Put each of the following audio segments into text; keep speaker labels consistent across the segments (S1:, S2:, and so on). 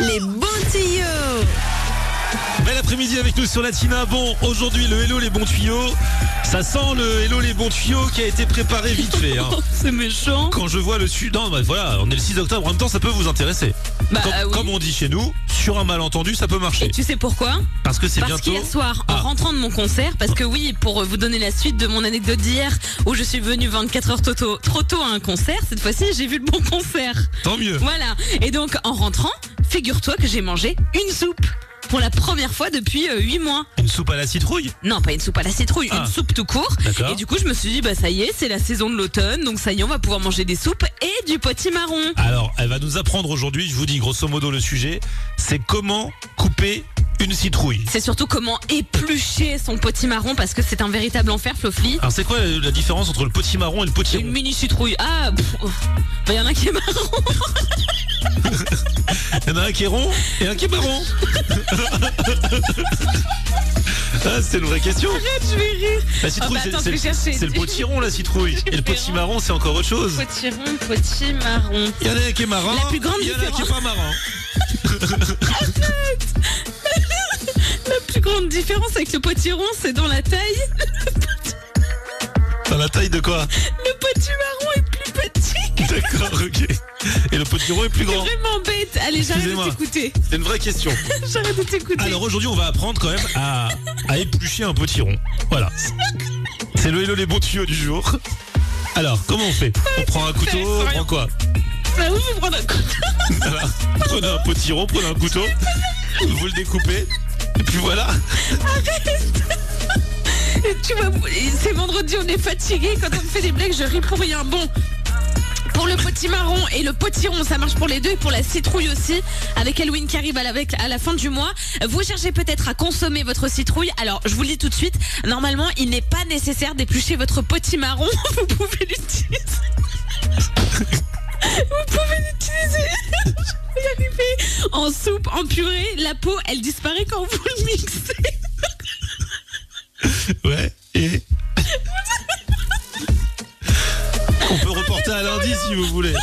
S1: Les bons tuyaux
S2: Bel après-midi avec nous sur Latina. Bon, aujourd'hui le Hello les bons tuyaux. Ça sent le Hello les bons tuyaux qui a été préparé vite fait. hein.
S1: C'est méchant
S2: Quand je vois le sud, non, bah, voilà, on est le 6 octobre. En même temps, ça peut vous intéresser.
S1: Bah,
S2: comme,
S1: euh, oui.
S2: comme on dit chez nous, sur un malentendu, ça peut
S1: Et
S2: marcher.
S1: tu sais pourquoi
S2: Parce que c'est
S1: Parce
S2: bientôt.
S1: qu'hier soir, en
S2: Ah.
S1: rentrant de mon concert, parce que oui, pour vous donner la suite de mon anecdote d'hier, où je suis venue 24 heures tôt- tôt- trop tôt à un concert, cette fois-ci, j'ai vu le bon concert.
S2: Tant mieux.
S1: Voilà. Et donc, en rentrant, figure-toi que j'ai mangé une soupe. Pour la première fois depuis 8 mois.
S2: Une soupe à la citrouille.
S1: Non, pas une soupe à la citrouille,
S2: Ah.
S1: une soupe tout court.
S2: D'accord.
S1: Et du coup, je me suis dit, bah ça y est, c'est la saison de l'automne, donc ça y est, on va pouvoir manger des soupes et du potimarron.
S2: Alors, elle va nous apprendre aujourd'hui, je vous dis grosso modo le sujet, c'est comment couper une citrouille.
S1: C'est surtout comment éplucher son potimarron parce que c'est un véritable enfer, Flofli.
S2: Alors, c'est quoi la, la différence entre le petit marron et le petit
S1: Une
S2: rond
S1: mini citrouille. Ah, pff, oh. bah, y en a qui est marron.
S2: Il y en a un qui est rond et un qui est pas rond. ah, c'est une vraie question.
S1: Je vais rire.
S2: La citrouille,
S1: Ah bah
S2: c'est-
S1: attends, je
S2: c'est
S1: vais chercher.
S2: le- c'est le potiron, la citrouille. Et le
S1: Différent.
S2: potimarron, c'est encore autre chose.
S1: Potiron, potimarron.
S2: Il y en a un qui est marrant.
S1: La plus grande
S2: Il y en a un qui est
S1: différence.
S2: pas marrant.
S1: La plus grande différence avec le potiron, c'est dans la taille.
S2: Dans la taille de quoi
S1: Le potimarron est plus petit.
S2: D'accord, ok. Et le potiron est plus
S1: C'est
S2: grand.
S1: vraiment bête. Allez, j'arrête de
S2: Excusez-moi.
S1: t'écouter.
S2: C'est une vraie question.
S1: J'arrête de t'écouter.
S2: Alors aujourd'hui, on va apprendre quand même à, à éplucher un potiron. Voilà. C'est le hello les bons tuyaux du jour. Alors, comment on fait On prend un couteau, on prend quoi
S1: Bah oui, vous prenez un coup.
S2: Voilà. Prenez un potiron, prenez un couteau, vous le découpez, et puis voilà.
S1: Tu vois, c'est vendredi, on est fatigué. Quand on me fait des blagues, je ris pour rien. Bon. Pour le potimarron et le potiron, ça marche pour les deux et pour la citrouille aussi, avec Halloween qui arrive à la, avec- à la fin du mois. Vous cherchez peut-être à consommer votre citrouille. Alors, je vous le dis tout de suite, normalement, il n'est pas nécessaire d'éplucher votre potimarron. Vous pouvez l'utiliser. Vous pouvez l'utiliser. Je vais y arriver. En soupe, en purée, la peau, elle disparaît quand vous le mixez.
S2: Ouais, et. On peut reporter à lundi si vous voulez.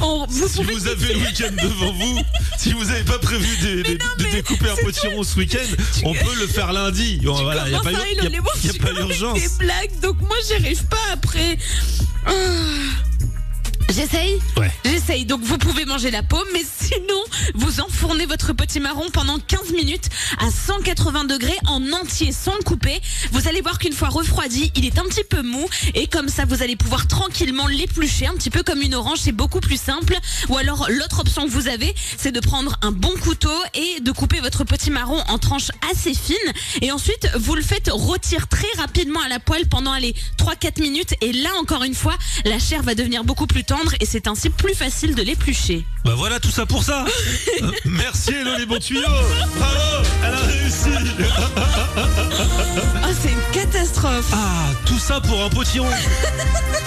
S1: On- vous
S2: Si
S1: pouvez
S2: vous avez le week-end devant vous, si vous n'avez pas prévu de, de- de découper un potiron ce week-end, on peut le faire lundi. Bon, voilà, il n'y a
S1: Comment
S2: pas,
S1: ça, il en
S2: y a-
S1: est bon,
S2: y a
S1: tu
S2: pas
S1: vois, avec
S2: d'urgence.
S1: Des blagues, donc moi j'arrive pas après. Ah. J'essaye
S2: Ouais.
S1: J'essaye. Donc vous pouvez manger la peau, mais sinon vous enfournez votre petit marron pendant 15 minutes à 180 degrés en entier sans le couper. Vous allez voir qu'une fois refroidi, il est un petit peu mou et comme ça vous allez pouvoir tranquillement l'éplucher un petit peu comme une orange. C'est beaucoup plus simple. Ou alors l'autre option que vous avez, c'est de prendre un bon couteau et de couper votre petit marron en tranches assez fines. Et ensuite vous le faites rôtir très rapidement à la poêle pendant les 3-4 minutes. Et là encore une fois, la chair va devenir beaucoup plus tendre et c'est ainsi plus facile de l'éplucher.
S2: Bah voilà, tout ça pour ça. Euh, Merci Hello les bons tuyaux. Bravo, elle a réussi.
S1: Oh c'est une catastrophe.
S2: Ah, tout ça pour un potiron.
S1: Ou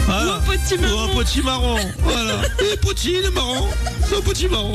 S2: Voilà.
S1: un petit
S2: Pour
S1: marron.
S2: Oh, un potimarron. Voilà. Et poti, il est marrant. C'est un potimarron.